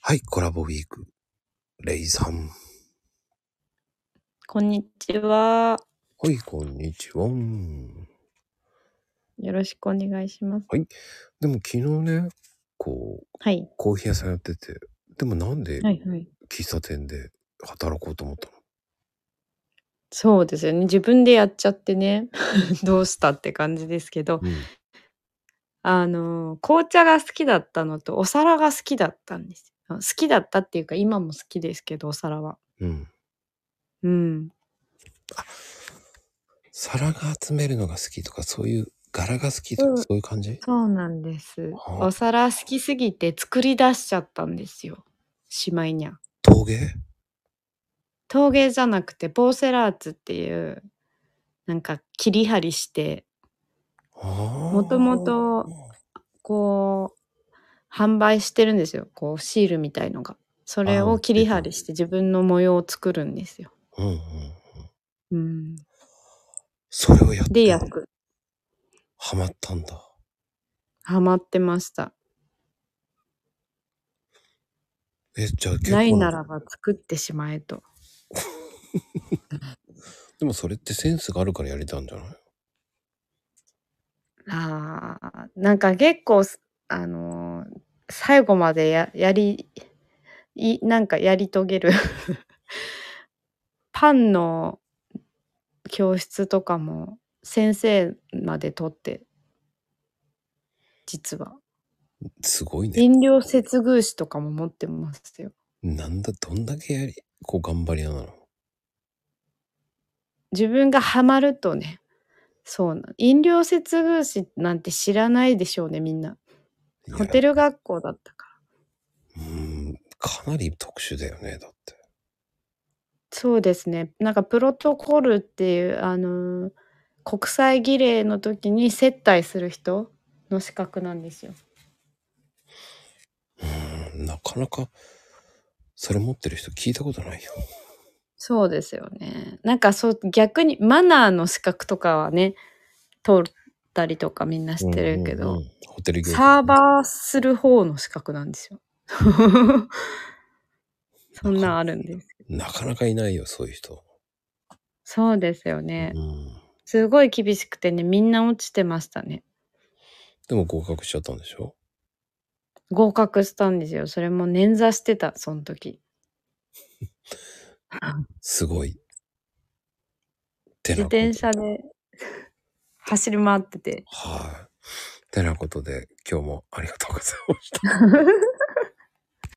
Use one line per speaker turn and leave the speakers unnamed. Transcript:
はい、コラボウィーク。レイさん。
こんにちは。
はい、こんにちは。で
よろしくお願いしま
も
す。
昨日ね、こう、
はい。
コーヒー屋さんやってて、でもなんで
はいはい。
喫茶店で働こうと思ったの、
そうですよね。自分でやっちゃってね。 どうしたって感じですけど。
うん、
あの、紅茶が好きだったのと、お皿が好きだったんですよ。好きだったっていうか、今も好きですけど、お皿は。
うん。
うん。
皿が集めるのが好きとか、そういう柄が好きとか、
うん
そういう感じ
そうなんです。
はあ
お皿好きすぎて作り出しちゃったんですよ。しまいにゃ。
陶芸
陶芸じゃなくて、ポーセラーツっていう、なんか切り張りして、
も
もともとこう販売してるんですよこうシールみたいのがそれ
あー
を切り貼りして自分の模様を作るんですよ、
うんうん。
うん、
それをやっ
で
て、
焼く
ハマったんだ。
ハマってました
え、じゃあ結構
ないならば作ってしまえと
でもそれってセンスがあるからやれたんじゃない
あーなんか結構すあのー最後までややりいなんかやり遂げる パンの教室とかも先生まで取って実は
すごいね。
飲料接遇師とかも持ってますよ
なんだ、どんだけやり、こう頑張り屋なの。
自分がハマるとねそうな飲料接遇師なんて知らないでしょうねみんない
や
ホテル学校だったから
うーん、かなり特殊だよね、だって。
そうですね。なんかプロトコルっていう、あのー国際儀礼の時に接待する人の資格なんですよ。
うーん、なかなか、それ持ってる人聞いたことないよ。
そうですよね。なんかそう逆にマナーの資格とかはね、取ったりとかみんなしてるけ
う
ど、
んうんうんホテル業界
サーバーする方の資格なんですよ。 そんなんあるんです。
なかなかいないよ、そういう人。
そうですよね
う。ん。
すごい厳しくてね、みんな落ちてましたね。
でも合格しちゃったんでしょ
合格したんですよ。それも捻挫してた、その 時。
すごい。て
自
なこと
転車で走り回ってて。
はい。てなことで、今日もありがとうございました。